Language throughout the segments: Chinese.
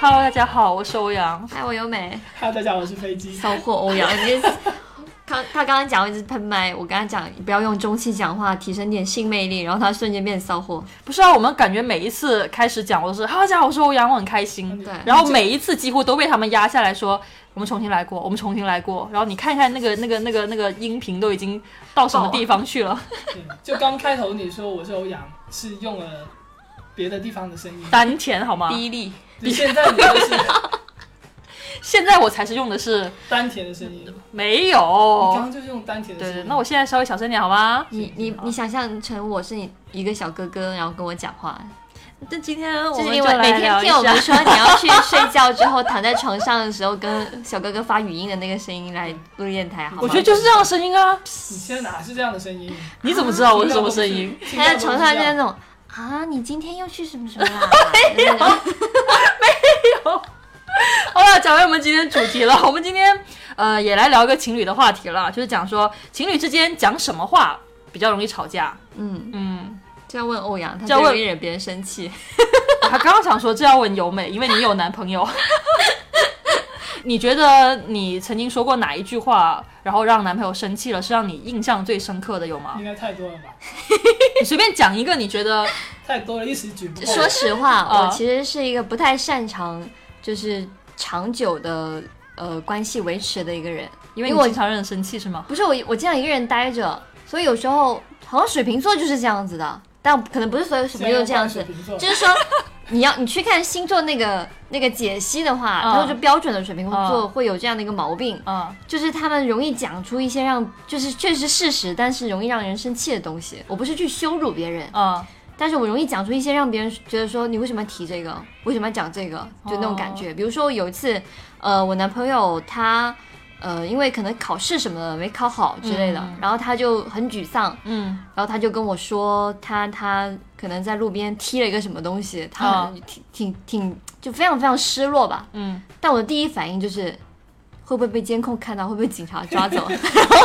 Hello，大家好，我是欧阳。嗨，哎我优美， Hello，大家好，我是飞机。收获欧阳。你这刚他刚刚讲我一直喷麦，我跟他讲你不要用中气讲话，提升点性魅力，然后他瞬间变骚货。不是啊，我们感觉每一次开始讲，我都是 “Hello，大家好，我是欧阳，我很开心。”对然后每一次几乎都被他们压下来说：“我们重新来过，我们重新来过。”然后你看看那个那个那个那个音频都已经到什么地方去 了？对就刚开头你说我是欧阳，是用了别的地方的声音，丹田好吗？低力，就现在你就是现在我才是用的是丹田的声 音。你没有。哦刚刚就是用丹田的对声对，音。那我现在稍微小声点好吗？你你你想象成我是你一个小哥哥，然后跟我讲话，那今天我就是们因就为每来天聊一听我下们，说 你要去睡觉之后躺在床上的时候跟小哥哥发语音的那个声音来录电台，好吗？我觉得就是这样的声音啊！你现在哪是这样的声音？你怎么知道哦我是什么声音？听他到在都不是床上就这是样那种啊，你今天又去什么什么 啦？没有，好了，讲完我们今天主题了， 我们今天呃也来聊一个情侣的话题了，就是讲说情侣之间讲什么话比较容易吵架。嗯，嗯，就要问欧阳，他就最要问容易惹别人生气。他刚刚想说这要问由美，因为你有男朋友。 你觉得你曾经说过哪一句话，然后让男朋友生气了，是让你印象最深刻的有吗应？该太多了吧？你随便讲一个，你觉得太多了，一时举不过来。说 实话，啊我其实是一个不太擅长就是长久的呃关系维持的一个人，因为因你为我经常让人生气是吗？不是我我经常一个人待着，所以有时候好像水瓶座就是这样子的，但可能不是所有水瓶座都这样子现，在又换水瓶座就是说你要你去看星座那个那个解析的话，啊然后就标准的水瓶座啊会有这样的一个毛病，嗯，就是他们容易讲出一些让就是确实事实，但是容易让人生气的东西。我不是去羞辱别人，嗯，但是我容易讲出一些让别人觉得说你为什么提这个，为什么要讲这个，就那种感哦觉。比如说有一次，呃，我男朋友他，呃，因为可能考试什么的没考好之类的，嗯然后他就很沮丧，嗯，然后他就跟我说他他可能在路边踢了一个什么东西，他哦很挺、挺挺就非常非常失落吧。嗯，但我的第一反应就是会不会被监控看到，会不会警察抓 走？然后，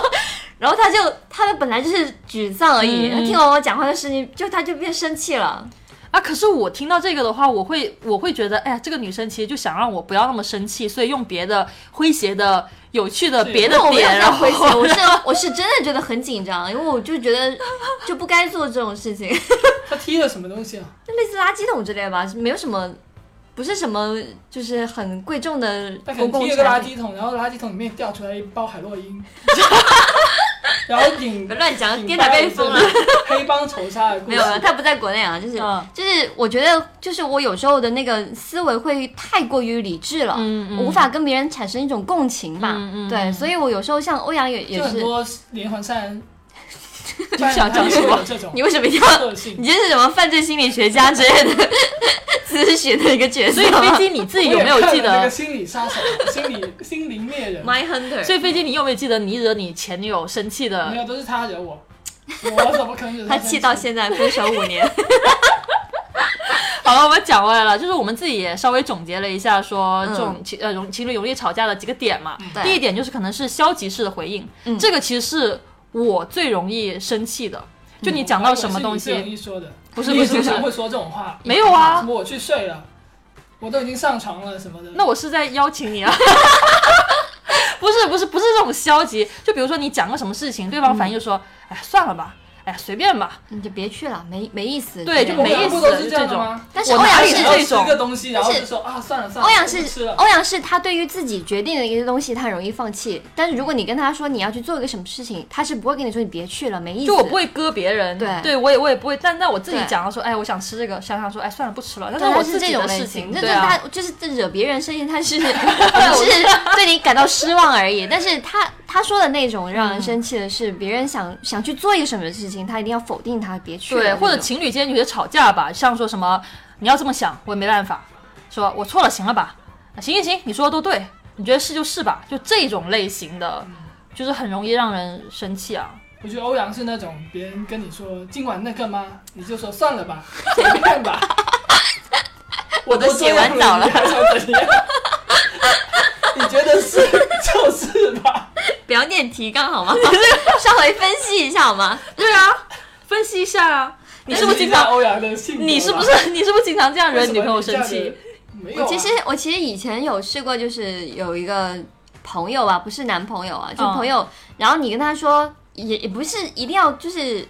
然后他就他的本来就是沮丧而已，嗯他听完我讲话的事情，就他就变生气了。啊，可是我听到这个的话，我会我会觉得，哎呀，这个女生其实就想让我不要那么生气，所以用别的诙谐的、有趣的对别的但我没有点，在然后回血，我是我是真的觉得很紧张，因为我就觉得就不该做这种事情，他踢了什么东西啊？ 就类似垃圾桶之类吧，没有什么。不是什么，就是很贵重的他可公能共踢了个垃产品。圾桶，然后垃圾桶里面掉出来一包海 洛因，然后引别 乱讲，引电台被封了。，黑帮仇杀的故没事有没有，他不在国内啊，就是、嗯就是，我觉得就是我有时候的那个思维会太过于理智了，嗯嗯我无法跟别人产生一种共情吧，嗯嗯对，嗯所以我有时候像欧阳也也就很是，多连环 杀人，你想讲什么这种你为什么要？特性你，这是什么犯罪心理学家之 类的咨询的一个角色？所以飞机你自己有没有我也记看了那个得？心理杀手、心理心灵猎人？ My Hunter，所以飞机你有没有记得你惹你前女友生气没的？有，都是他惹我，我怎么可能惹他生气到现在分手五年，好了，我们讲完了，就是我们自己也稍微总结了一下，说这嗯种情、呃容情侣容易吵架的几个点嘛。对第一点就是可能是消极式的回应，嗯这个其实是我最容易生气的。就你讲到什么东嗯哎我以为是你最容西，易说的，不是你不是经不是常会说这种话，没有啊什么我去睡了，我都已经上床了什么的。那我是在邀请你啊。 不是不是不是这种消极，就比如说你讲个什么事情，对方反应就说，嗯哎、算了吧，哎随便吧。 你就别去了，没没意思。对之类就的没意思我们不都是这样的吗？但是我欧哪阳里是知然道后这种吃个东西，然后但是就说啊，算了算了，欧阳不吃是啊了。欧阳是他对于自己决定的一些东西，他容易放弃。但是如果你跟他说你要去做一个什么事情，他是不会跟你说你别去了，没意思。就我不会割别人，对我也我也不会，但但我自己对讲说，哎，我想吃这个，想想说，哎，算了，不吃了，那对，我他自是这己的种类事情情，，那对那啊他，就是这惹别人生气，他 是只是对你感到失望而已。但是他他说的那种让人生气的是，别人想想去做一个什么事情，他一定要否定他，别去了对，那或者种情侣间有些吵架吧，像说什么你要这么想，我也没办法，说我错了，行了吧，啊行行行，你说的都对，你觉得是就是吧，就这种类型的，嗯就是很容易让人生气啊。我觉得欧阳是那种别人跟你说今晚那个吗？你就说算了吧，随便吧。我都洗完澡了 你还想怎样？你是就是吧？不要念提纲好吗？ 稍微分析一下好吗？对啊，分析一下啊，你是不是经常？欧阳的性格吧？你是不是你是不是经常这样惹为什么你你女朋友这生样的气？？没有我啊、其实我其实以前有试过，就是有一个朋友啊，不是男朋友啊，就嗯朋友，然后你跟他说，也也不是一定要就是。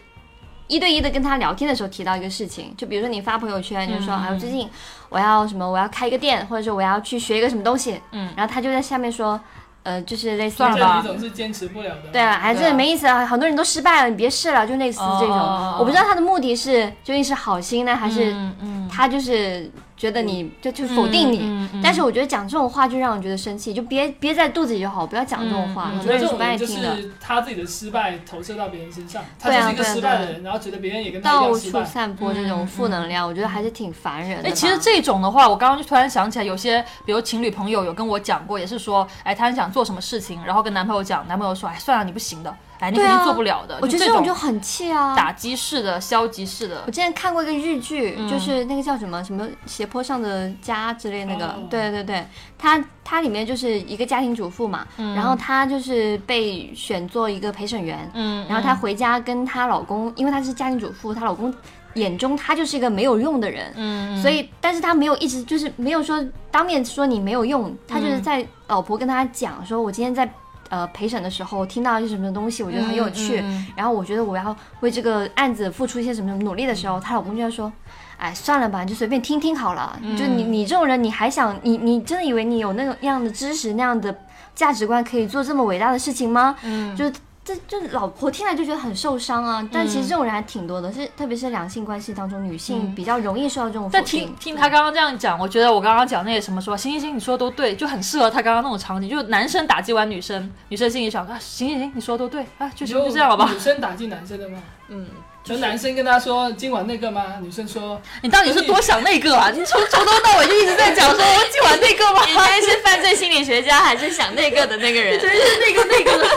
一对一的跟他聊天的时候提到一个事情，就比如说你发朋友圈，就说、嗯啊，我最近我要什么，我要开一个店，或者说我要去学一个什么东西，嗯，然后他就在下面说，呃，就是类似算这了那种吧你总是坚持不了的。对啊，还对是啊没意思啊，很多人都失败了，你别试了，就类似这种。哦我不知道他的目的是究竟是好心呢，还是嗯嗯，他就是觉得你就就否定你。嗯嗯嗯但是我觉得讲这种话就让我觉得生气，就憋憋在肚子里就好，不要讲这种话，嗯嗯很我觉多得人这是种不爱人就听的。是他自己的失败投射到别人身上，他对啊就是一个对啊失败对的啊人，然后觉得别人也跟他一到样失处败。散播这种负能量，我觉得还是挺烦人的吧。嗯哎，其实这种的话，我刚刚就突然想起来，有些比如情侣朋友有跟我讲过，也是说，哎，她很想做什么事情，然后跟男朋友讲，男朋友说，哎，算了，你不行的，哎，你对肯啊定做不了的。我觉得这这种种就很气啊。打击式的、消极式的我，之前看过一个日剧，嗯就是那个叫什么什么斜坡上的家之类那个，哦对对对，它它里面就是一个家庭主妇嘛，然后她就是被选做一个陪审员，嗯，然后她回家跟她老公，因为她是家庭主妇，她老公眼中她就是一个没有用的人，嗯，所以但是她没有一直就是没有说当面说你没有用，她就是嗯在老婆跟她讲说，我今天在呃陪审的时候听到一些什么东西，我觉得很有趣，嗯嗯嗯然后我觉得我要为这个案子付出一些什么什么努力的时候，她老公就在说。哎，算了吧，你就随便听听好了。嗯就你你这种人，你还想你你真的以为你有那种那样的知识、那样的价值观，可以做这么伟大的事情吗？嗯，就这这老婆听了就觉得很受伤啊。但嗯其实这种人还挺多的，是特别是两性关系当中，女性比较容易受到这种否但定听。听他刚刚这样讲，我觉得我刚刚讲那些什么说，行行行，你说的都对，就很适合他刚刚那种场景，就是男生打击完女生，女生心里想啊，行行行，你说的都对啊，就你就就这样了吧女。生打进男生的吗？嗯，就男生跟他说今晚那个吗？女 生说你到底是多想那 个啊？你从从头到尾就一直在讲说，我今晚那 个吗？应该是犯罪心理学家还是想那个的那个 人？真是那个那个的。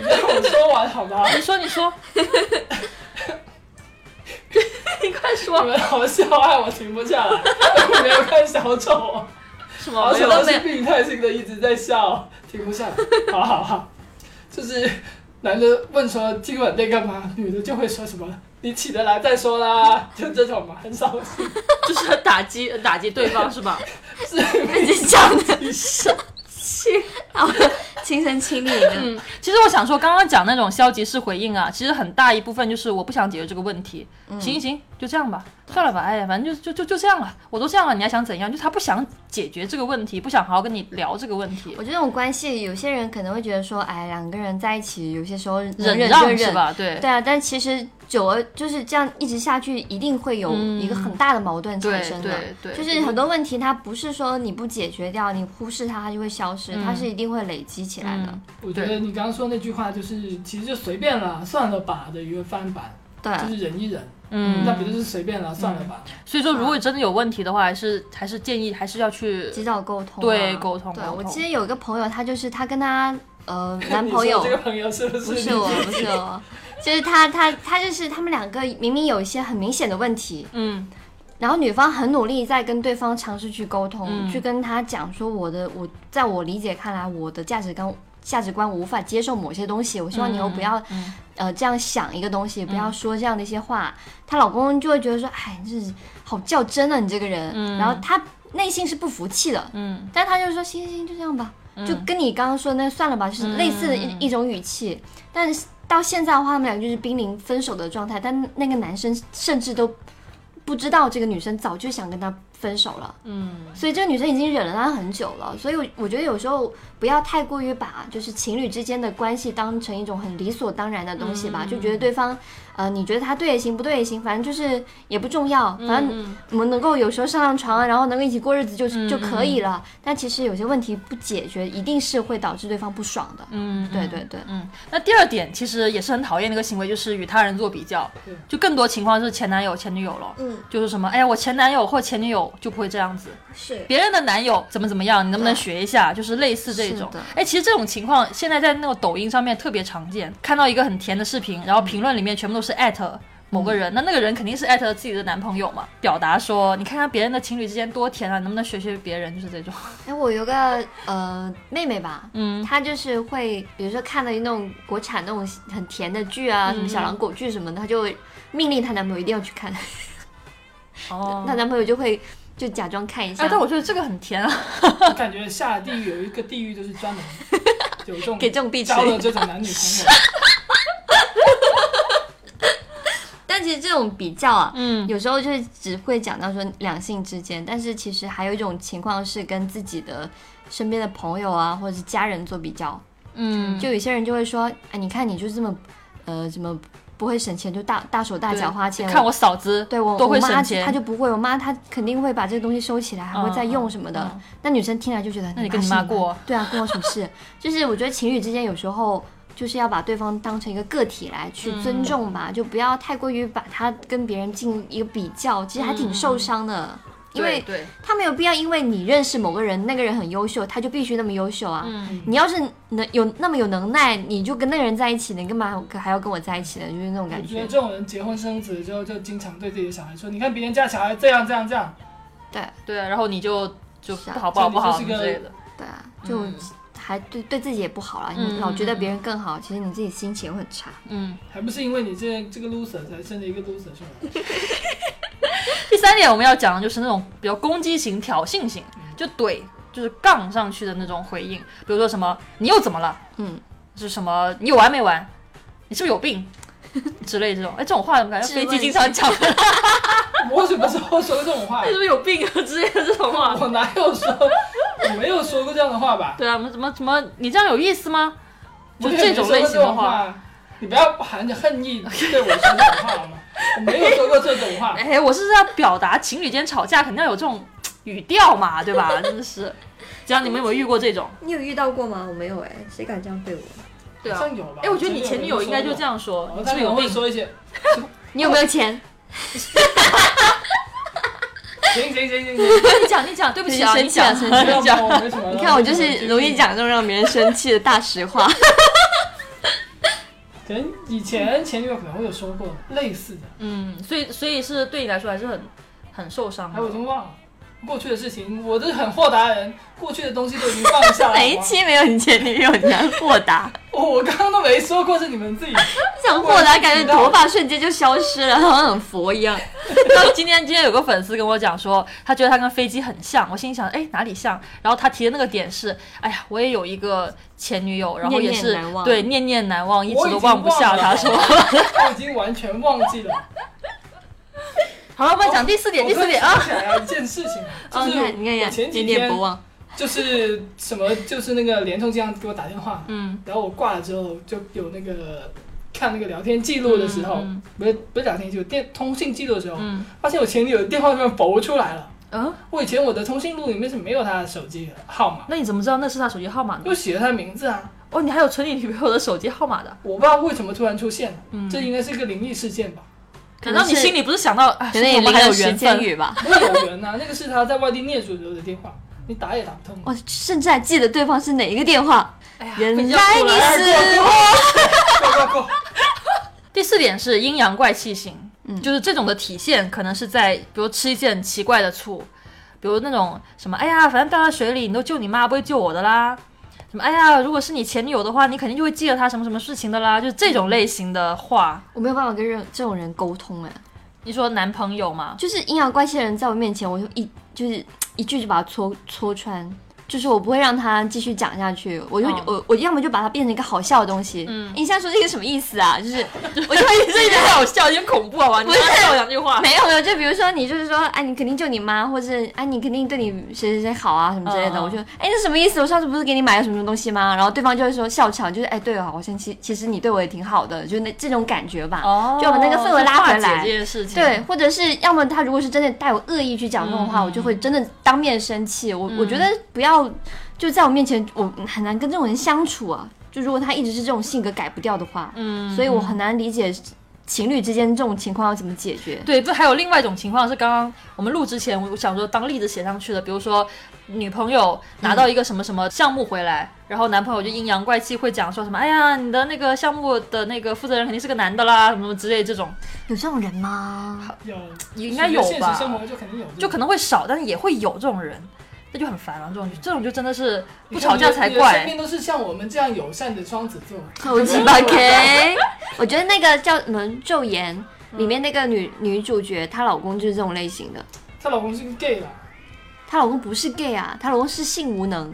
你让我说完好 吗？你说，你说，你快你说，们好笑啊，我停不下来， 我没有看小丑啊。什而么且没我有是没病态性的一直在笑，停 不下来。好好好，就是男的问说今晚那个吗？女的就会说什么你起得来再说 啦，就这种嘛，很少就是打击打击对方是吧？是自己讲的生气，啊我亲身经历 的。嗯， 其实我想说，刚刚讲那种消极式回应啊，其实很大一部分就是我不想解决这个问题，嗯行行，就这样吧，算了吧，哎呀，反正就就就就这样了，我都这样了，你还想怎样？就他不想解决这个问题，不想好好跟你聊这个问题我，觉得这种关系，有些人可能会觉得说，哎，两个人在一起，有些时候能忍忍就让是忍，吧？对对啊，但其实久了就是这样一直下去，一定会有一个很大的矛盾产嗯对生的。对对，就是很多问题，它不是说你不解决掉，你忽视它，它就会消失，它是一定会累积起来的。嗯我觉得你刚刚说那句话就是，其实就随便啦，算了吧的一个翻版，对，啊啊就是忍一忍，嗯，那不就是随便啦，算了吧。所以说，如果真的有问题的话，还是还是建议还是要去及早沟通啊、对沟通对沟通我其实有一个朋友，她就是她跟她 呃男你朋友说这个朋友是不是不你？是我，不是我，就是他，他，他就是他们两个明明有一些很明显的问题，嗯然后女方很努力在跟对方尝试去沟通，嗯去跟他讲说我的我在我理解看来我的价值观价值观我无法接受某些东西，我希望你以后不要、嗯呃这样想一个东西，不要说这样的一些话。她老公就会觉得说，哎，你这好较真啊，你这个人。然后她内心是不服气的，嗯但他就说行行行，就这样吧，就跟你刚刚说的那算了吧，就是类似的一、一种语气。但是到现在的话，他们俩就是濒临分手的状态，但那个男生甚至都不知道这个女生早就想跟他分手了，嗯，所以这个女生已经忍了他很久了。所以我我觉得有时候不要太过于把就是情侣之间的关系当成一种很理所当然的东西吧，就觉得对方呃你觉得他对也行，不对也行，反正就是也不重要，反正嗯我们能够有时候上上床啊，然后能够一起过日子就、就可以了。但其实有些问题不解决，一定是会导致对方不爽的。嗯，嗯对对对，嗯，那第二点其实也是很讨厌的一个行为，就是与他人做比较对，就更多情况是前男友前女友了，嗯，就是什么，哎呀，我前男友或前女友就不会这样子，是别人的男友怎么怎么样，你能不能对学一下？就是类似这种是的。哎，其实这种情况现在在那个抖音上面特别常见，看到一个很甜的视频，然后评论里面全部都是艾特某个嗯人，那那个人肯定是艾特自己的男朋友嘛，表达说你看看别人的情侣之间多甜啊，能不能学学别人，就是这种。哎，我有个呃妹妹吧，嗯，她就是会，比如说看了那种国产那种很甜的剧啊，什么小狼狗剧什么的，她就命令她男朋友一定要去看， 哦她男朋友就会就假装看一下，哎，但我觉得这个很甜啊，我 感觉下地狱有一个地狱就是专门有这种给这种碧池。交了这种男女朋友， 但其实这种比较啊，嗯，有时候就是只会讲到说两性之间，但是其实还有一种情况是跟自己的身边的朋友啊，或者是家人做比较。嗯，就有些人就会说，哎，你看你就这么，呃，怎么不会省钱，就大大手大脚花钱。看我嫂子对我多会我妈省钱她就不会，我妈她肯定会把这个东西收起来，还会再用什么的。嗯那女生听来就觉得，那你跟你妈是过对啊，跟我什么 事？就是我觉得情侣之间有时候就是要把对方当成一个个体来去嗯尊重吧，就不要太过于把他跟别人进一个比较，其实还挺受伤的，因为嗯对，他没有必要因为你认识某个人，那个人很优秀，他就必须那么优秀啊。嗯你要是能有那么有能耐，你就跟那个人在一起，你干嘛还要跟我在一起呢？就是那种感我觉觉得。这种人结婚生子之后，就经常对自己的小孩说：“你看别人家小孩这样这样这样。对对，啊然后你就就是不啊好不好不好这之里就是个类的，对啊，就嗯还对对自己也不好了，嗯你老觉得别人更好，其实你自己心情也会很差。嗯。”还不是因为你这这个 loser 才生了一个 loser 出来。第三点我们要讲的就是那种比较攻击型、挑衅型，就怼，就是杠上去的那种回应，比如说什么“你又怎么了嗯，”，是什么“你有完没完”，你是不是有病 之类这种。哎，这种话怎么感觉质飞问机经常讲？ 你 我什么时候说过这种话是？不是有病啊之类的这种话？我哪有说？我没有说过这样的话吧？对啊，我们怎么怎么你这样有意思吗？就我也这没种说过类这型的种话。话，你不要含着恨意对我说这种话好吗？我没有说过这种话。哎，我是要表达情侣间吵架肯定要有这种语调嘛，对 吧？真的是，只要你们有没有遇过这种？你有遇到过吗？我没有哎、谁敢这样对我？对啊好。像有吧？哎，我觉得你前女友应该就这样。样说，你哦他是不可是有能会病？说一 些，你有没有钱？行行行行行，你 讲，你讲，对不起啊，生你气了讲，生不气你 要讲骂。我，没什么了。你看我就是容易。讲这种让别人生气的大实 话。可能以前前女友可能会有说过类似的，嗯，所以所以是对你来说还是很很受伤哎，我已的。经忘了过去的事情。我这很豁达的人，过去的东西都已经放 下了。哪一好吗？期没有你前女友？你还豁达？我我刚刚都没说过，是你们 自己。想豁达，感觉头发瞬间就消失了，好像很佛一样。然后今天今天有个粉丝跟我讲说，他觉得他跟飞机很像，我心里想，哎，哪里像？然后他提的那个点是，哎呀，我也有一个前女友，然后也是念念难忘对念念难忘，一我直已都经忘不下。了他说， 我已经完全忘记了。好了，我们讲第四点，第四点我啊突，然想起来一件事情， 哦，就你是看，你看，你我前看，几念念天不忘。就是什么，就是那个联通经常给我打电话，嗯，然后我挂了之后就有那个看那个聊天记录的时候，嗯不是不是聊天记录，电通信记录的时候，嗯发现我前女友的电话里面浮出来了。嗯，我以前我的通信录里面是没有她的手机号码，那你怎么知道那是他手机号码呢就？写了她的名字啊。哦，你还有存你女朋友的手机号码的？我不知道为什么突然出现了，嗯这应该是一个灵异事件吧？难道你心里不是想到，啊，可能也我们离还有了时缘间分？雨吧。不是有缘呐、那个是她在外地念书时候的电话，你打也打不通。啊哦我甚至还记得对方是哪一个电话。哎呀，原来飞你机要哭了死我！哎过过过，第四点是阴阳怪气型，嗯就是这种的体现可能是在比如吃一件奇怪的醋，比如那种什么，哎呀，反正掉到水里你都救你妈，不会救我的啦。什么，哎呀，如果是你前女友的话，你肯定就会记得她什么什么事情的啦，就是这种类型的话。我没有办法跟任这种人沟通哎，你说男朋友嘛，就是阴阳怪气的人在我面前，我就一就是一句就把他戳戳穿，就是我不会让他继续讲下去，我就、嗯我我要么就把它变成一个好笑的东西。哦嗯，你现在说这个什么意思啊？就是 我就会这有点好笑，有点恐怖好啊吧？你不是刚才笑两句话。 没有没有，就比如说你就是说，哎，你肯定救你妈，或者哎，你肯定对你谁谁谁好啊什么之类的。嗯嗯我就哎，那什么意思？我上次不是给你买了什么什么东西吗？然后对方就会说笑场，就是哎，对哦，我先其其实你对我也挺好的，就那这种感觉吧。哦就把那个氛围拉回来就化解这件事情。对，，或者是要么他如果是真的带有恶意去讲这种话，嗯我就会真的当面生气。我、我觉得不要就在我面前，我很难跟这种人相处啊。就如果他一直是这种性格改不掉的话，嗯，所以我很难理解情侣之间这种情况要怎么解决。对，不还有另外一种情况是，刚刚我们录之前，我我想说当例子写上去的，比如说女朋友拿到一个什么什么项目回来，然后男朋友就阴阳怪气会讲说什么，哎呀，你的那个项目的那个负责人肯定是个男的啦，什么什么之类这种，有这种人吗？有 应该有现实生吧？活就肯定有这种，就可能会少，但是也会有这种人，那就很烦了。这种这种就真的是不你吵看架才你的身怪。边都是像我们这样友善的双子座，我知 道，OK。我觉得那个叫什么《昼颜》里面那个女女主角，她老公就是这种类型的。她老公是个 gay 了，她老公不是 gay 啊，她老公是性无能。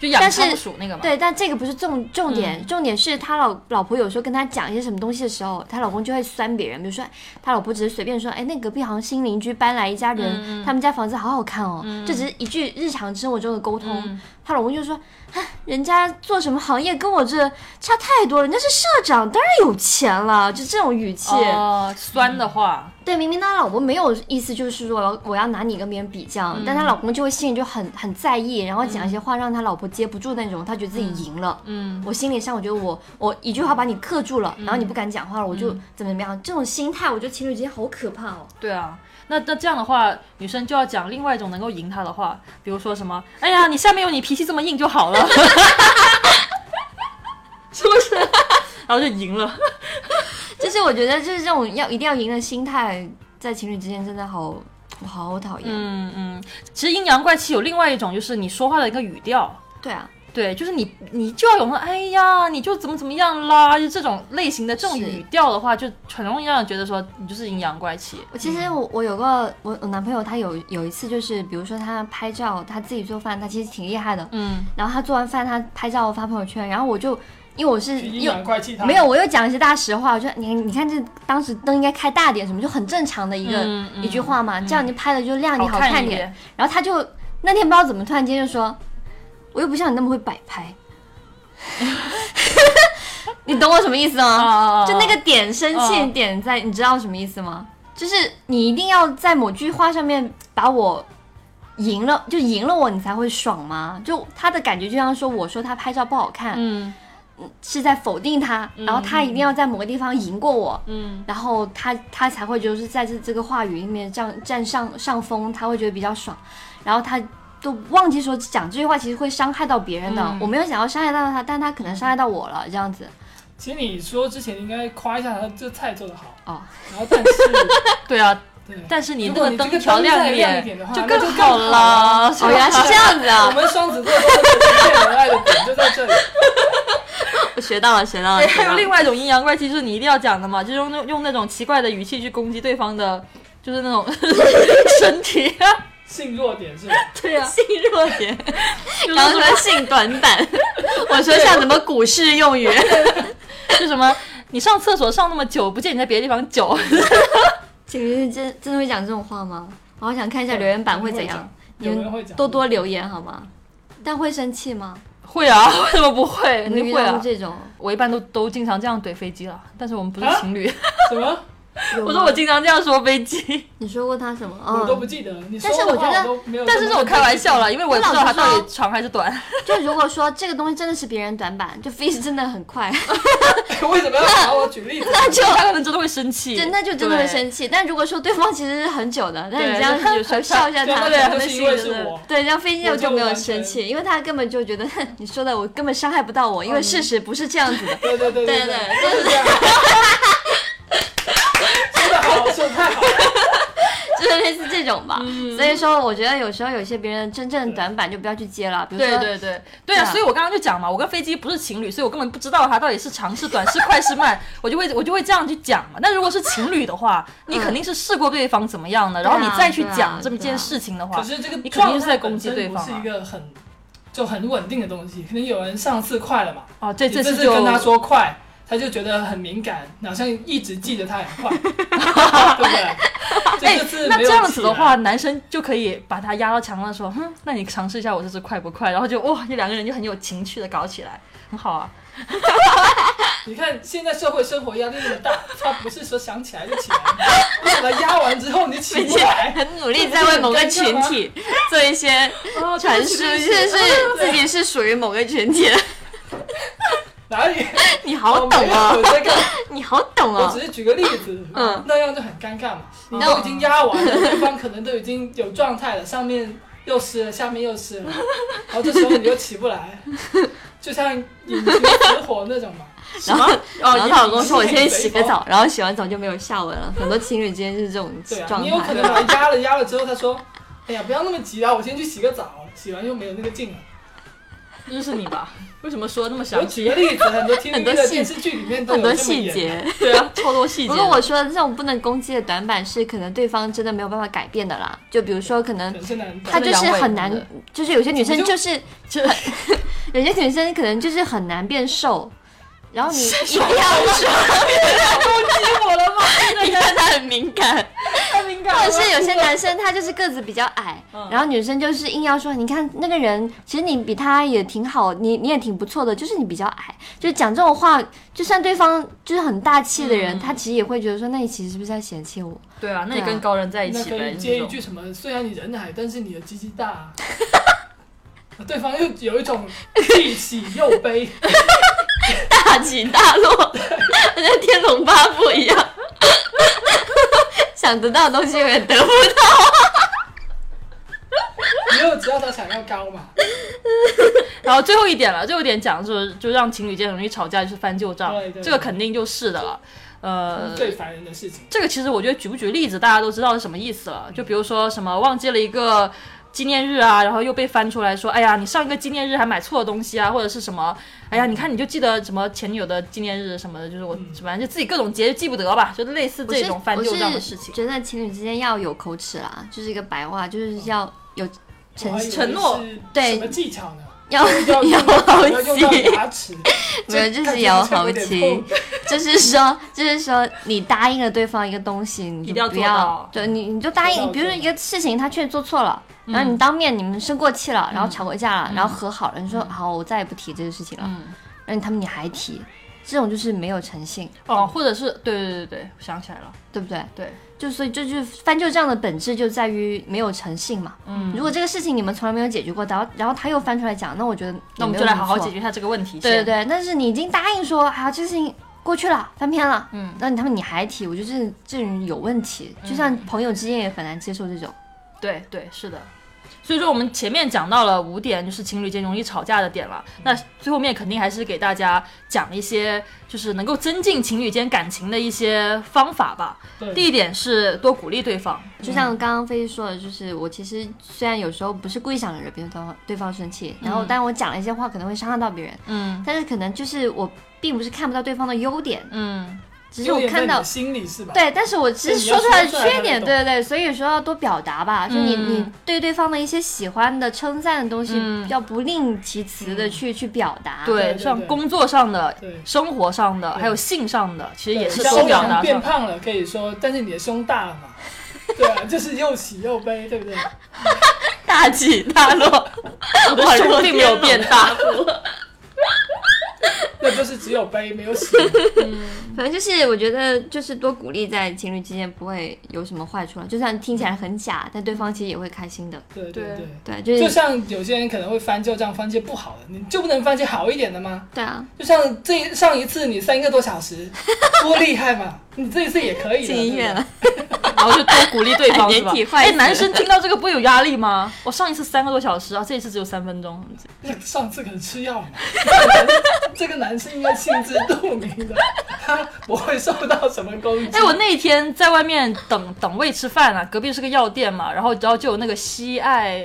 就养但是仓鼠那个嘛，对，但这个不是重重点，嗯重点是她老老婆有时候跟她讲一些什么东西的时候，她老公就会酸别人，比如说她老婆只是随便说，哎，那隔壁好像新邻居搬来一家人，嗯嗯他们家房子好好看哦，这只是一句日常生活中的沟通。嗯她老公就说，哎，人家做什么行业跟我这差太多了，人家是社长，当然有钱了，就这种语气。哦，酸的话，对，明明她老婆没有意思，就是说我要我要拿你跟别人比较，嗯但她老公就会心里就很很在意，然后讲一些话让她老婆接不住那种，她觉得自己赢了。嗯，我心理上我觉得我我一句话把你克住了，然后你不敢讲话了，我就怎么怎么样，这种心态，我觉得情侣之间好可怕哦。对啊。那那这样的话，女生就要讲另外一种能够赢他的话，比如说什么，哎呀，你下面有你脾气这么硬就好了， 是不是？ 然后就赢了。 就是我觉得就是这种要一定要赢的心态，在情侣之间真的好我好讨厌。嗯嗯，其实阴阳怪气有另外一种，就是你说话的一个语调，对啊，对，就是你你就要有那种哎呀，你就怎么怎么样啦，就这种类型的这种是语调的话，就很容易让人觉得说你就是阴阳怪气。我其实我我有个我我男朋友他有有一次就是比如说他拍照他自己做饭，他其实挺厉害的，嗯然后他做完饭，他拍照发朋友圈，然后我就因为我是去阴又阳怪气他，嗯没有，我又讲一些大实话，我说你你看这当时灯应该开大点，什么就很正常的一个、嗯嗯一句话嘛，这样你拍的就亮点啊好好看一看点点。然后他就那天不知道怎么突然间就说，我又不像你那么会摆拍， 你懂我什么意思吗？啊就那个点生气嗯点在，你知道什么意思吗？就是你一定要在某句话上面把我赢了，就赢了我，你才会爽吗？就他的感觉就像说，我说他拍照不好看，嗯是在否定他，然后他一定要在某个地方赢过我，嗯然后他他才会就是在这这个话语里面占占上上风，他会觉得比较爽，然后他都忘记说讲这句话其实会伤害到别人的，嗯我没有想要伤害到他，但他可能伤害到我了，这样子其实你说之前应该夸一下他这菜做的好，哦。然后但是对啊，对，但是你那如果个你这灯个调灯亮再一亮一点点的话就那更就更好好啦。哦，原来 是这样子我啊！们双子座都是最可爱的点就在这 里，我学到了，学到了。对，还有另外，外一种阴阳怪气，就是你一定要讲的嘛，就是用那用那种奇怪的语气去攻击对方的，就是那 种身体，性弱点是吧？对呀、性 弱点，就是然后说说性短板，我说像什么股市 用语，就什么，你上厕所上那么久，不见你在别的地方久， 情侣真真的会讲这种话吗？我好想看一下留言板会怎样，你有人会们讲，多多留言好吗？但会生气吗？会啊，为什么不会？肯你定遇会到过啊。这种？我一般都都经常这样怼飞机了，但是我们不是啊情侣。什有么？吗我说我经常这样说飞机，你说过他什么？我都不嗯，记得了。你但是我觉得都没有。但是这我开玩笑。了，因为我也不知道它到底长还是短。就如果说这个东西真的是别人短板，就飞真的很快， 为什么要拿我举例 子？那就他可能真的会生气，真的就真的会气。生气。但如果说对方其实是很久的，但你对这样就是有时候就笑一下对，他，那对两个对是因为对是对我。对，让飞机我我就就没有完生全气，因为他根本就觉得哼你说的我根本伤害不到我，因为事实不是这样子的。对对对对对对就是这样。说的好，说得 太好了。就是类似这种吧。所以说，我觉得有时候有些别人真正的短板就不要去接了，比如对说，对对对啊！对啊所以我刚刚就讲嘛，我跟飞机不是情侣，所以我根本不知道它到底是长是短，是快是慢，我就会我就会这样去讲嘛。那如果是情侣的话，你肯定是试过对方怎么样的，然后你嗯对啊再去对啊讲这么对啊件事情的可话，是这个你肯定是在攻击对方啊状态本身不是一个很就很稳定的东西。可能有人上次快了嘛，哦，对，你这次次就跟他说快，他就觉得很敏感，好像一直记得 他很快，对不对？哎就这，次那没有这样子的起来话，，男生就可以把他压到墙上说，哼，那你尝试一下我这只快不快？然后就哇，这两个人就很有情趣的搞起来，很好啊。你看现在社会生活压力那么大，他不是说想起来就起来，你把他压完之后你起不来，很努力在为某个群体做一些哦，阐 述，是是自己是属于某个群体的。哪里？你好我懂没有啊哦，这个，你好懂我哦只。是举个例子，啊嗯那样就很尴尬嘛。你嗯那我都已经压完了，对方可能都已经有状态了，上面又湿了，下面又湿了，然后这时候你又起 不来，就像引擎失火那种嘛。什么？哦，然后你她老老公公说：“我先引去起洗个水泡澡。”然后洗完澡就没有下文了。很多情侣之间就是这种对啊，状你有可能态。把它压了压了之后，他说：“哎呀，不要那么急啊，我先去洗个澡，洗完又没有那个劲了。这是你吧？为什么说那么”我详举个细？例子，很多听很力多的细电视剧里面都很有多这么细演。节， 对啊，超多细节。不 过我说的这种不能攻击的短板是，可能对方真的没有办法改变的啦。就比如说，可能人生难她他懂，就是很真的阳痿难，就是有些女生怎么就就是这有些女生可能就是很难变瘦，然后你一定要激我了吗？你看她很敏感，太敏感或了。者是有些男生他就是个子比较矮，嗯然后女生就是硬要说，你看那个人，其实你比他也挺好，你你也挺不错的，就是你比较矮，就是讲这种话，就算对方就是很大气的人，嗯他其实也会觉得说，那你其实是不是在嫌弃我？对啊，那对你啊跟高人在一那起可呗。以你接这一种句什么？虽然你人矮，但是你的鸡鸡大 啊。对方又有一种既喜又悲， 大起大落， 跟《天龙八部》一样， 想得到的东西永远得不到。你又知道他想要高嘛？然后最后一点了，最后一点讲就是，就让情侣间容易吵架就是翻旧账对，对这个肯定就是的了。呃，最烦人的事情。这个其实我觉得举不举例子，大家都知道是什么意思了。就比如说什么忘记了一个纪念日啊，然后又被翻出来说，哎呀，你上一个纪念日还买错了东西啊，或者是什么，哎呀，你看你就记得什么前女友的纪念日什么的，就是我反正就自己各种节日记不得吧，就类似这种翻旧账的事情。觉得情侣之间要有口齿啦，就是一个白话，就是要有我诚还以信，为承诺是对什么技巧呢？要 要有用到要口用到气。牙齿， 没有，就是看起有来好有点奇痛， 就是说，就是说，你答应了对方一个东西，你一就定要做不到对你你就答做应，到比如说做一到个事情，他确实做错了，然后你当面你们生过气了，嗯然后吵过架了，然后和好了，你说好，我再也不提这个事情了，嗯，然后他们你还提，这种就是没有诚信，哦，或者是对对对对，我想起来了，对不对？对，就所以这就是翻旧账的本质就在于没有诚信嘛。嗯，如果这个事情你们从来没有解决过，然后然后他又翻出来讲，那我觉得那我们就来好好解决一下这个问题。对对先，对，但是你已经答应说啊，这事情过去了，翻篇了，嗯，那你他们你还提，我觉得这这人有问题，就像朋友之间也很难接受这种。对对，是的。所以说我们前面讲到了五点，就是情侣间容易吵架的点了。那最后面肯定还是给大家讲一些，就是能够增进情侣间感情的一些方法吧。对第一点是多鼓励对方，就像刚刚飞说的，就是我其实虽然有时候不是故意想惹别人对方对方生气，然后但我讲了一些话可能会伤害到别人，嗯但是可能就是我并不是看不到对方的优点，嗯，只是我看到心里是吧？对，但是我只你是要说出来的说出来缺点，他对才对对，所以说要多表达吧。就你嗯你对对方的一些喜欢的、称赞的东西，嗯要不吝其词的去去表达。对，对像对工作上的、对生活上的，对还有性上的，其实对也是像多我表们达变上。胖了可以说，但是你的胸大了嘛？对啊，就是又喜又悲，对不对？大起大落，我的胸并没有变大，那就是只有悲没有喜。反正就是我觉得就是多鼓励，在情侣之间不会有什么坏处了。啊就算听起来很假，但对方其实也会开心的。对对对对，对。就是就像有些人可能会翻旧账，翻些不好的，你就不能翻些好一点的吗？对啊，就像这上一次你三个多小时，多厉害嘛！你这一次也可以 的进医院了。 然后就多鼓励对方，是吧年底？坏哎，死男生听到这个不会有压力吗？我上一次三个多小时啊，这一次只有三分钟，对不对上次可能吃药嘛，这个男生应该心知肚明的，他不会受到什么攻击。哎，我那天在外面等等位吃饭啊，隔壁是个药店嘛，然后然后就有那个西爱，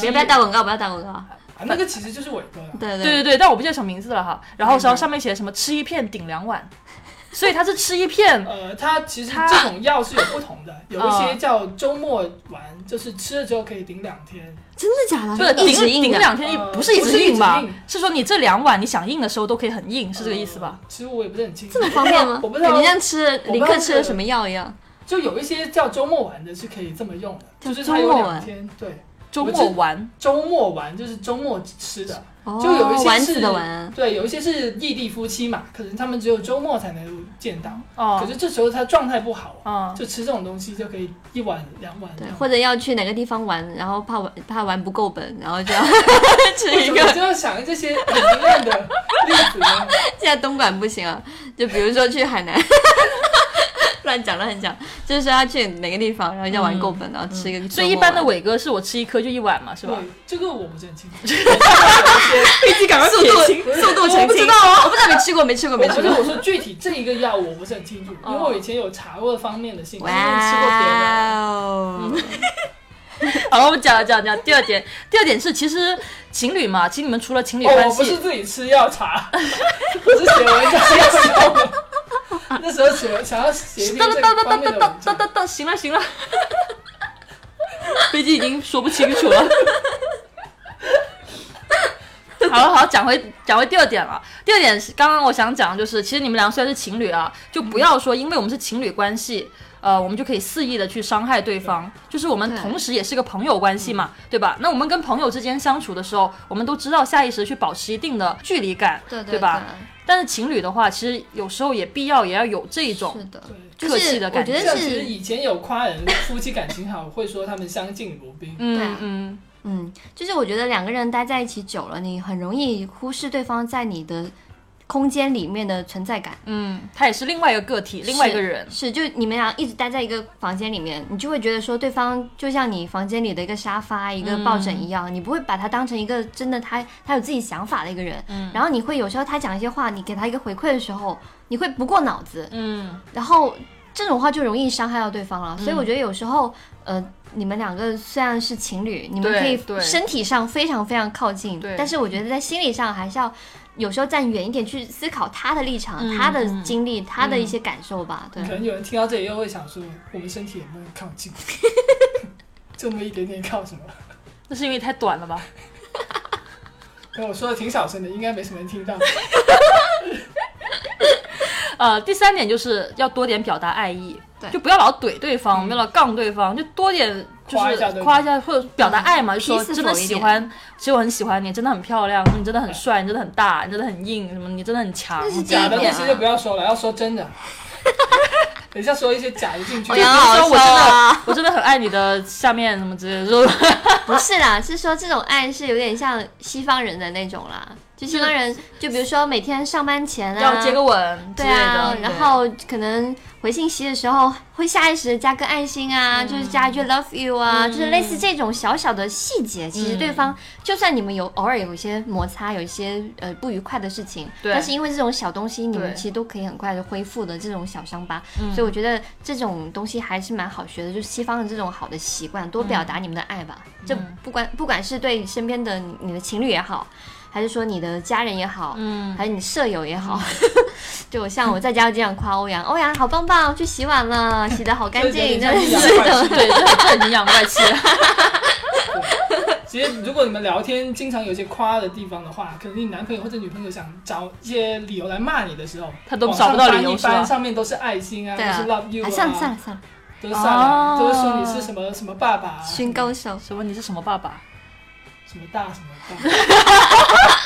别呃不要打广告，不要打广告。啊那个其实就是伟哥啊啦。对对对对对，但我不记得什么名字了哈。然后然后上面写什么吃一片顶两碗， 所以他是吃一哦片，呃，它其实它这种药是有不同 的，有一哦些叫周末丸，就是吃了之后可以顶两天。真的假的？不是一直顶硬啊顶的。两天硬，呃不是一不直是一硬直吧硬？是说你这两碗你想硬的时候都可以很硬，是哦这个意思吧？呃？其实我也不是很清楚。这么方便吗？哎我不知感道觉，像吃了我不林知道克吃了是什么药一样。就有一些叫周末丸的是可以这么用的，叫就是它有周末两丸天。对，周末玩，周末丸就是周末吃的，哦就有一些丸是子的啊丸。对，有一些是异地夫妻嘛，可能他们只有周末才能见到，哦可是这时候他状态不好啊，啊，就吃这种东西就可以一碗两碗哦这对，样。或者要去哪个地方玩，然后怕玩怕玩不够本，然后就要 吃一我个。就要想这些很阴暗的 例子呢。现在东莞不行啊，就比如说去海南， 乱讲乱讲，就是说他去哪个地方，然后要玩够本，然后吃一个。所以一般的伟哥是我吃一颗就一碗嘛，哦 是吧？对，这个我不是很清楚。必须赶快速度速度澄清，我不知道啊，我不知道没吃过没 吃过没我不吃是过。我说具体这一个药我不是很清楚，因为我以前有查过方面的信息。哇哦！ 好了，我们讲讲讲第二点，第二点是其实情侣嘛，其实你们除了情侣哦，关我不是系，自己吃药查， 我是写文章要用。那时候写想要 写一篇哒这哒个哒哒方哒面的文哒哒章，哒哒，啊行了行了，飞机已经说不清楚了。好了好了，讲回讲回第二点了。第二点是刚刚我想讲，就是其实你们俩虽然是情侣啊，就不要说因为我们是情侣关系，呃，我们就可以肆意的去伤害对方。就是我们对同时也是个朋友关系嘛，对吧？那我们跟朋友之间相处的时候，我们都知道下意识地去保持一定的距离感，对吧？？但是情侣的话，其实有时候也必要也要有这是种的，对客气的感就觉是。像其实以前有夸人夫妻感情好，会说他们相敬如宾。嗯、对啊嗯，嗯，就是我觉得两个人待在一起久了，你很容易忽视对方在你的空间里面的存在感。嗯，他也是另外一个个体，另外一个人。是，就你们俩一直待在一个房间里面，你就会觉得说对方就像你房间里的一个沙发、一个抱枕一样，你不会把他当成一个真的他他有自己想法的一个人。嗯、然后你会有时候他讲一些话，你给他一个回馈的时候，你会不过脑子，嗯，然后这种话就容易伤害到对方了。所以我觉得有时候，呃，你们两个虽然是情侣，你们对可以对身体上非常非常靠近对，但是我觉得在心理上还是要。有时候站远一点去思考他的立场、嗯他的嗯经历、他的一些感受吧。对可，能有人听到这里又会想说，我们身体有没有靠近？ 这么一点点靠什么？那是因为太短了吧？ 没有我说的挺小声的，应该没什么人听到。呃，第三点就是要多点表达爱意，对嗯就不要老怼对方，不要老杠对方，就多点就夸一是下对方夸一下或者表达爱嘛，就说 peaceful 真的喜欢，其实我很喜欢你，真的很漂亮，你真的很帅，你真的很大，你真的很硬，什么你真的很强。那是这样假的第一那点啊些就不要说了，要说 真的。等一下说一些假的进去就，比如好说我真笑的啊我真的很爱你的下面什么之类的，就是不是啦，是说这种爱是有点像西方人的那种啦，就西方人，就比如说每天上班前啊，要接个吻之对类的啊，，嗯对然后可能回信息的时候会下意识地加个爱心啊，嗯就是加一句 love you 啊，就是类似这种小小的细节，嗯其实对方、就算你们有偶尔有一些摩擦，有一些呃不愉快的事情，对但是因为这种小东西，你们对其实都可以很快的恢复的这种小伤疤，嗯所以我觉得这种东西还是蛮好学的，就是西方的这种好的习惯，多表达你们的爱吧，嗯这不管不管是对身边的你你的情侣也好。还是说你的家人也好，嗯，还是你舍友也好， 就像我在家就这样夸欧阳，欧阳好棒棒，去洗碗了，洗的好干净，真对的对对是的。 对，这这很阴阳怪气。 其实如果你们聊天经常有一些夸的地方的话，可能你男朋友或者女朋友想找一些理由来骂你的时候，他都往找不到理由上翻一是吧翻上面都是爱心啊，都对啊是 love you 啊，啊，算了算了算了，都是算了，哦都是说你是什么什么爸爸啊，寻高手，什么？你是什么爸 爸？什么大什么 大，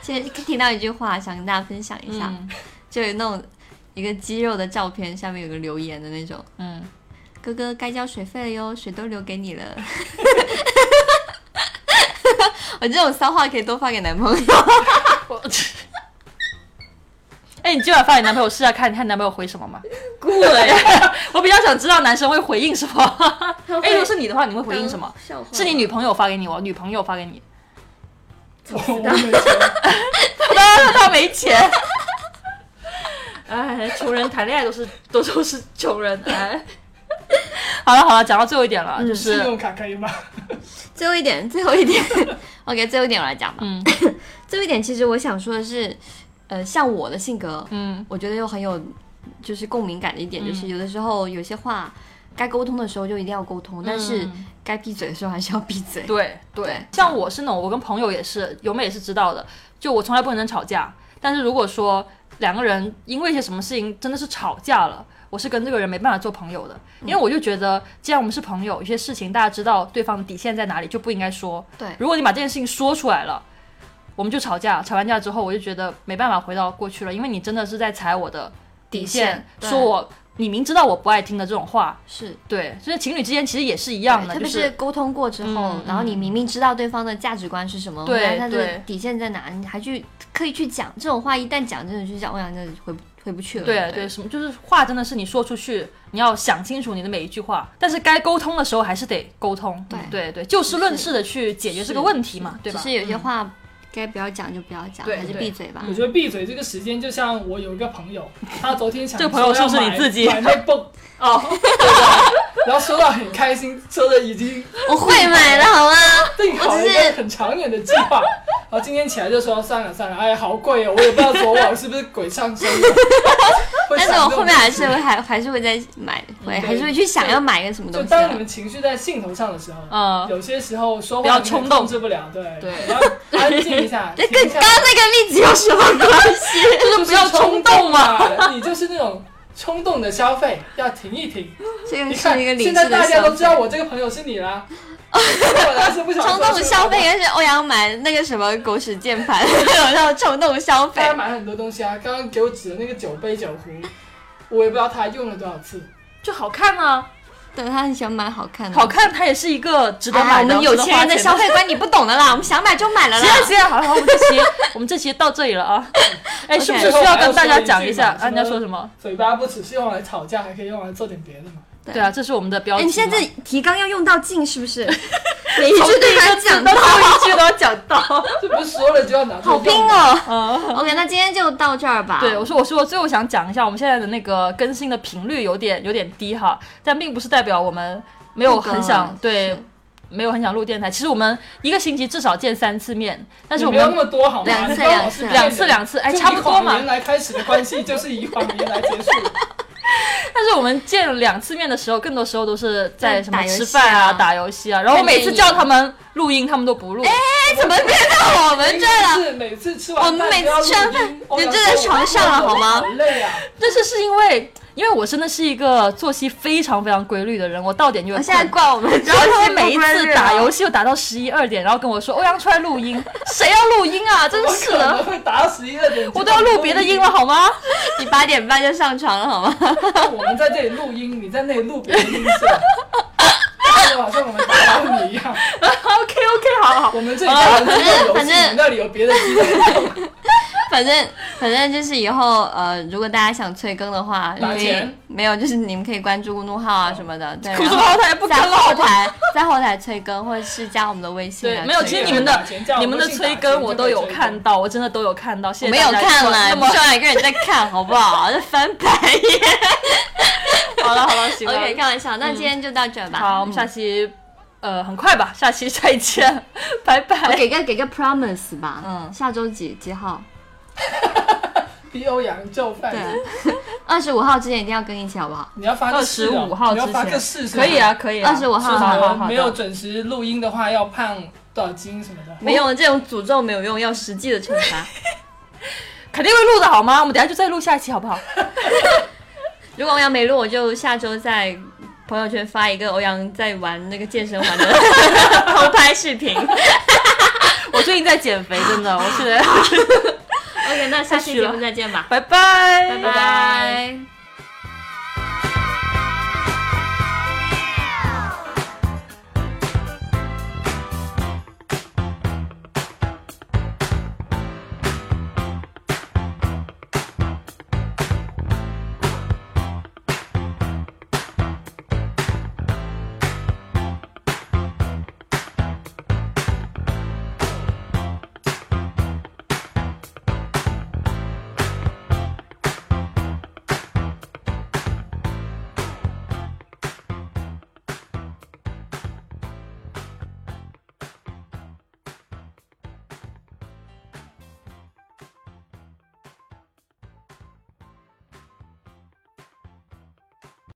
其实听到一句话，想跟大家分享一下，嗯就有那种一个肌肉的照片，下面有个留言的那种，嗯，哥哥该交水费了哟，水都留给你了。 我这种骚话可以多发给男朋友， 我。 哎，你今晚发给男朋友试下看，你看你男朋友回什么吗？ 对，我比较想知道男生会回应什 么。哎，如果是你的话，你会回应什么？笑话是你女朋友发给你，我女朋友发给你。我我没说。 他他没钱。 哎，穷人谈恋爱都是都都是穷人哎。 好了好了，讲到最后一点了，就信是用卡可以吗？最后一点，最后一点 ，OK，最后一点我来讲吧。嗯最后一点，其实我想说的是，呃，像我的性格，嗯我觉得又很有就是共鸣感的一点，就是有的时候有些话该沟通的时候就一定要沟通，但是该闭嘴的时候还是要闭嘴。对嗯对对，像我是那种，我跟朋友也是，由妹也是知道的，就我从来不能吵架，但是如果说两个人因为一些什么事情真的是吵架了。我是跟这个人没办法做朋友的，嗯因为我就觉得，既然我们是朋友，有些事情大家知道对方的底线在哪里，就不应该说。对如果你把这件事情说出来了，我们就吵架，吵完架之后，我就觉得没办法回到过去了，因为你真的是在踩我的底线，底线对说我你明知道我不爱听的这种话，是。对，所以情侣之间其实也是一对样的，特就别是沟通过之后，嗯然后你明明知道对方的价值观是什么，对然后他的对底线在哪，你还去刻意去讲这种话，一旦讲真的就像欧阳真的回回不去了。对对，什么就是话真的是你说出去，你要想清楚你的每一句话，但是该沟通的时候还是得沟通。对对对，就事论事的去解决这个问题嘛，对只吧？嗯是有些话该不要讲就不要讲，对还是对闭嘴吧我。觉得闭嘴这个时间，就像我有一个朋友，他昨天想这个朋友是不是你自己说要 买 MacBook，哦，然后说到很开心，说的已经我会买 的好吗？定好了一我只个很长远的计划，然后今天起来就说算了算了，哎，好贵哦，我也不知道昨晚是不是鬼上身了。 会但想是这我种后面还是会还还是会再买，会还是会去想要买一个什么就东西啊当你的。们情绪在兴头上的时候，嗯有些时候说话不要你冲动控制不了，对，对你要安静一 下，这停跟一下刚刚那个例子有什么关系？就是不要冲动啊嘛。嘛，你就是那种冲动的消费，要停一停。这你个看是一个，理智现的在消费。大家都知道我这个朋友是你 啦，我来是不想冲动消费，。而是欧阳买那个什么狗屎键盘， 然后冲动消大家费。买了很多东西啊，刚刚给我指的那个酒杯、酒壶，我也不知道他用了多少次。 就好看啊，对，他很喜欢买好看的。好看它也是一个值得哎呀，买我的。们有钱啊人的消消费观你不懂的啦，我们想买就买了啦行。了行了，好了，好我们这期 我们这期到这里了啊。哎，是不是 OK 需要跟大家讲一下最后还要说一句嘛啊？你要说什么？嘴巴不只是用来吵架，还可以用来做点别的嘛。对对啊，这是我们的标哎，题嘛。你现在提纲要用到尽是不是？每一句对他讲到 到，最后一句都要讲到。这不是说了就要拿出来好拼用吗。哦。嗯， OK，那今天就到这儿吧。对，我说我说，最后想讲一下，我们现在的那个更新的频率有点有点低哈，但并不是代表我们没有很想那个对是。没有很想录电台，其实我们一个星期至少见三次面，但是你我不要那们么多好吗？两次你不要老是两次骗人两次，哎，就差不多以谎嘛言。来开始的关系就是以谎言来结 束。但是我们见两次面的时候，更多时候都是在什么打游戏啊吃饭啊、打游戏啊，然后我每次叫他们录音，他们都不录。哎，怎么变到我们这儿了？是每次吃完我们每次吃完饭你你就在床上了好吗好累啊！但是是因为，因为我真的是一个作息非常非常规律的人，我到点就会我困。啊现在怪我们，然后他会每一次打游戏，戏又打到十一二点，然后跟我说欧阳出来录音，谁要录音啊？真是我可能的，会打到十一二点，我都要录别的音了。好吗？你八点半就上床了好吗？ 我们在这里录音，你在那里录别的音是吧？就好像我们打扰你一 样， OK OK，好好，我们这里啊打的是游反戏，正你那里有别的机在用，反正反正就是以后呃，如果大家想催更的话，打可以钱没有，就是你们可以关注公众号啊什么的，对，苦说然后后台不跟在了，后台在后台催更，或者是加我们的微信啊。对，没有，催其实更你们的打钱叫我你们的微信催打更钱我就都可以有催更看到，我真的都有看到，我谢谢没有大家看了，那你么们上来一个人在看好不好？在翻白 眼。 好了好了，行了 OK，开玩笑，那今天就到这吧。嗯好，我们下期呃很快吧，下期再见， 拜我拜。给个给个 promise 吧，嗯下周几几号？逼欧阳就范对。， 二十五号之前一定要更一期，好不好？你要发二个十誓哦五号你要之发个前誓是吧可以啊，可以啊， 25是号的好好好好说好没有准时录音的话，要胖多少斤什么的。没有这种诅咒没有用，要实际的惩 罚。肯定会录的好吗？我们等下就再录下一期好不好？如果欧阳没录，我就下周在朋友圈发一个欧阳在玩那个健身 环的偷拍视频。我最近在减肥，真的，我现在 OK，那下太期虚节了目再见吧，拜拜，拜拜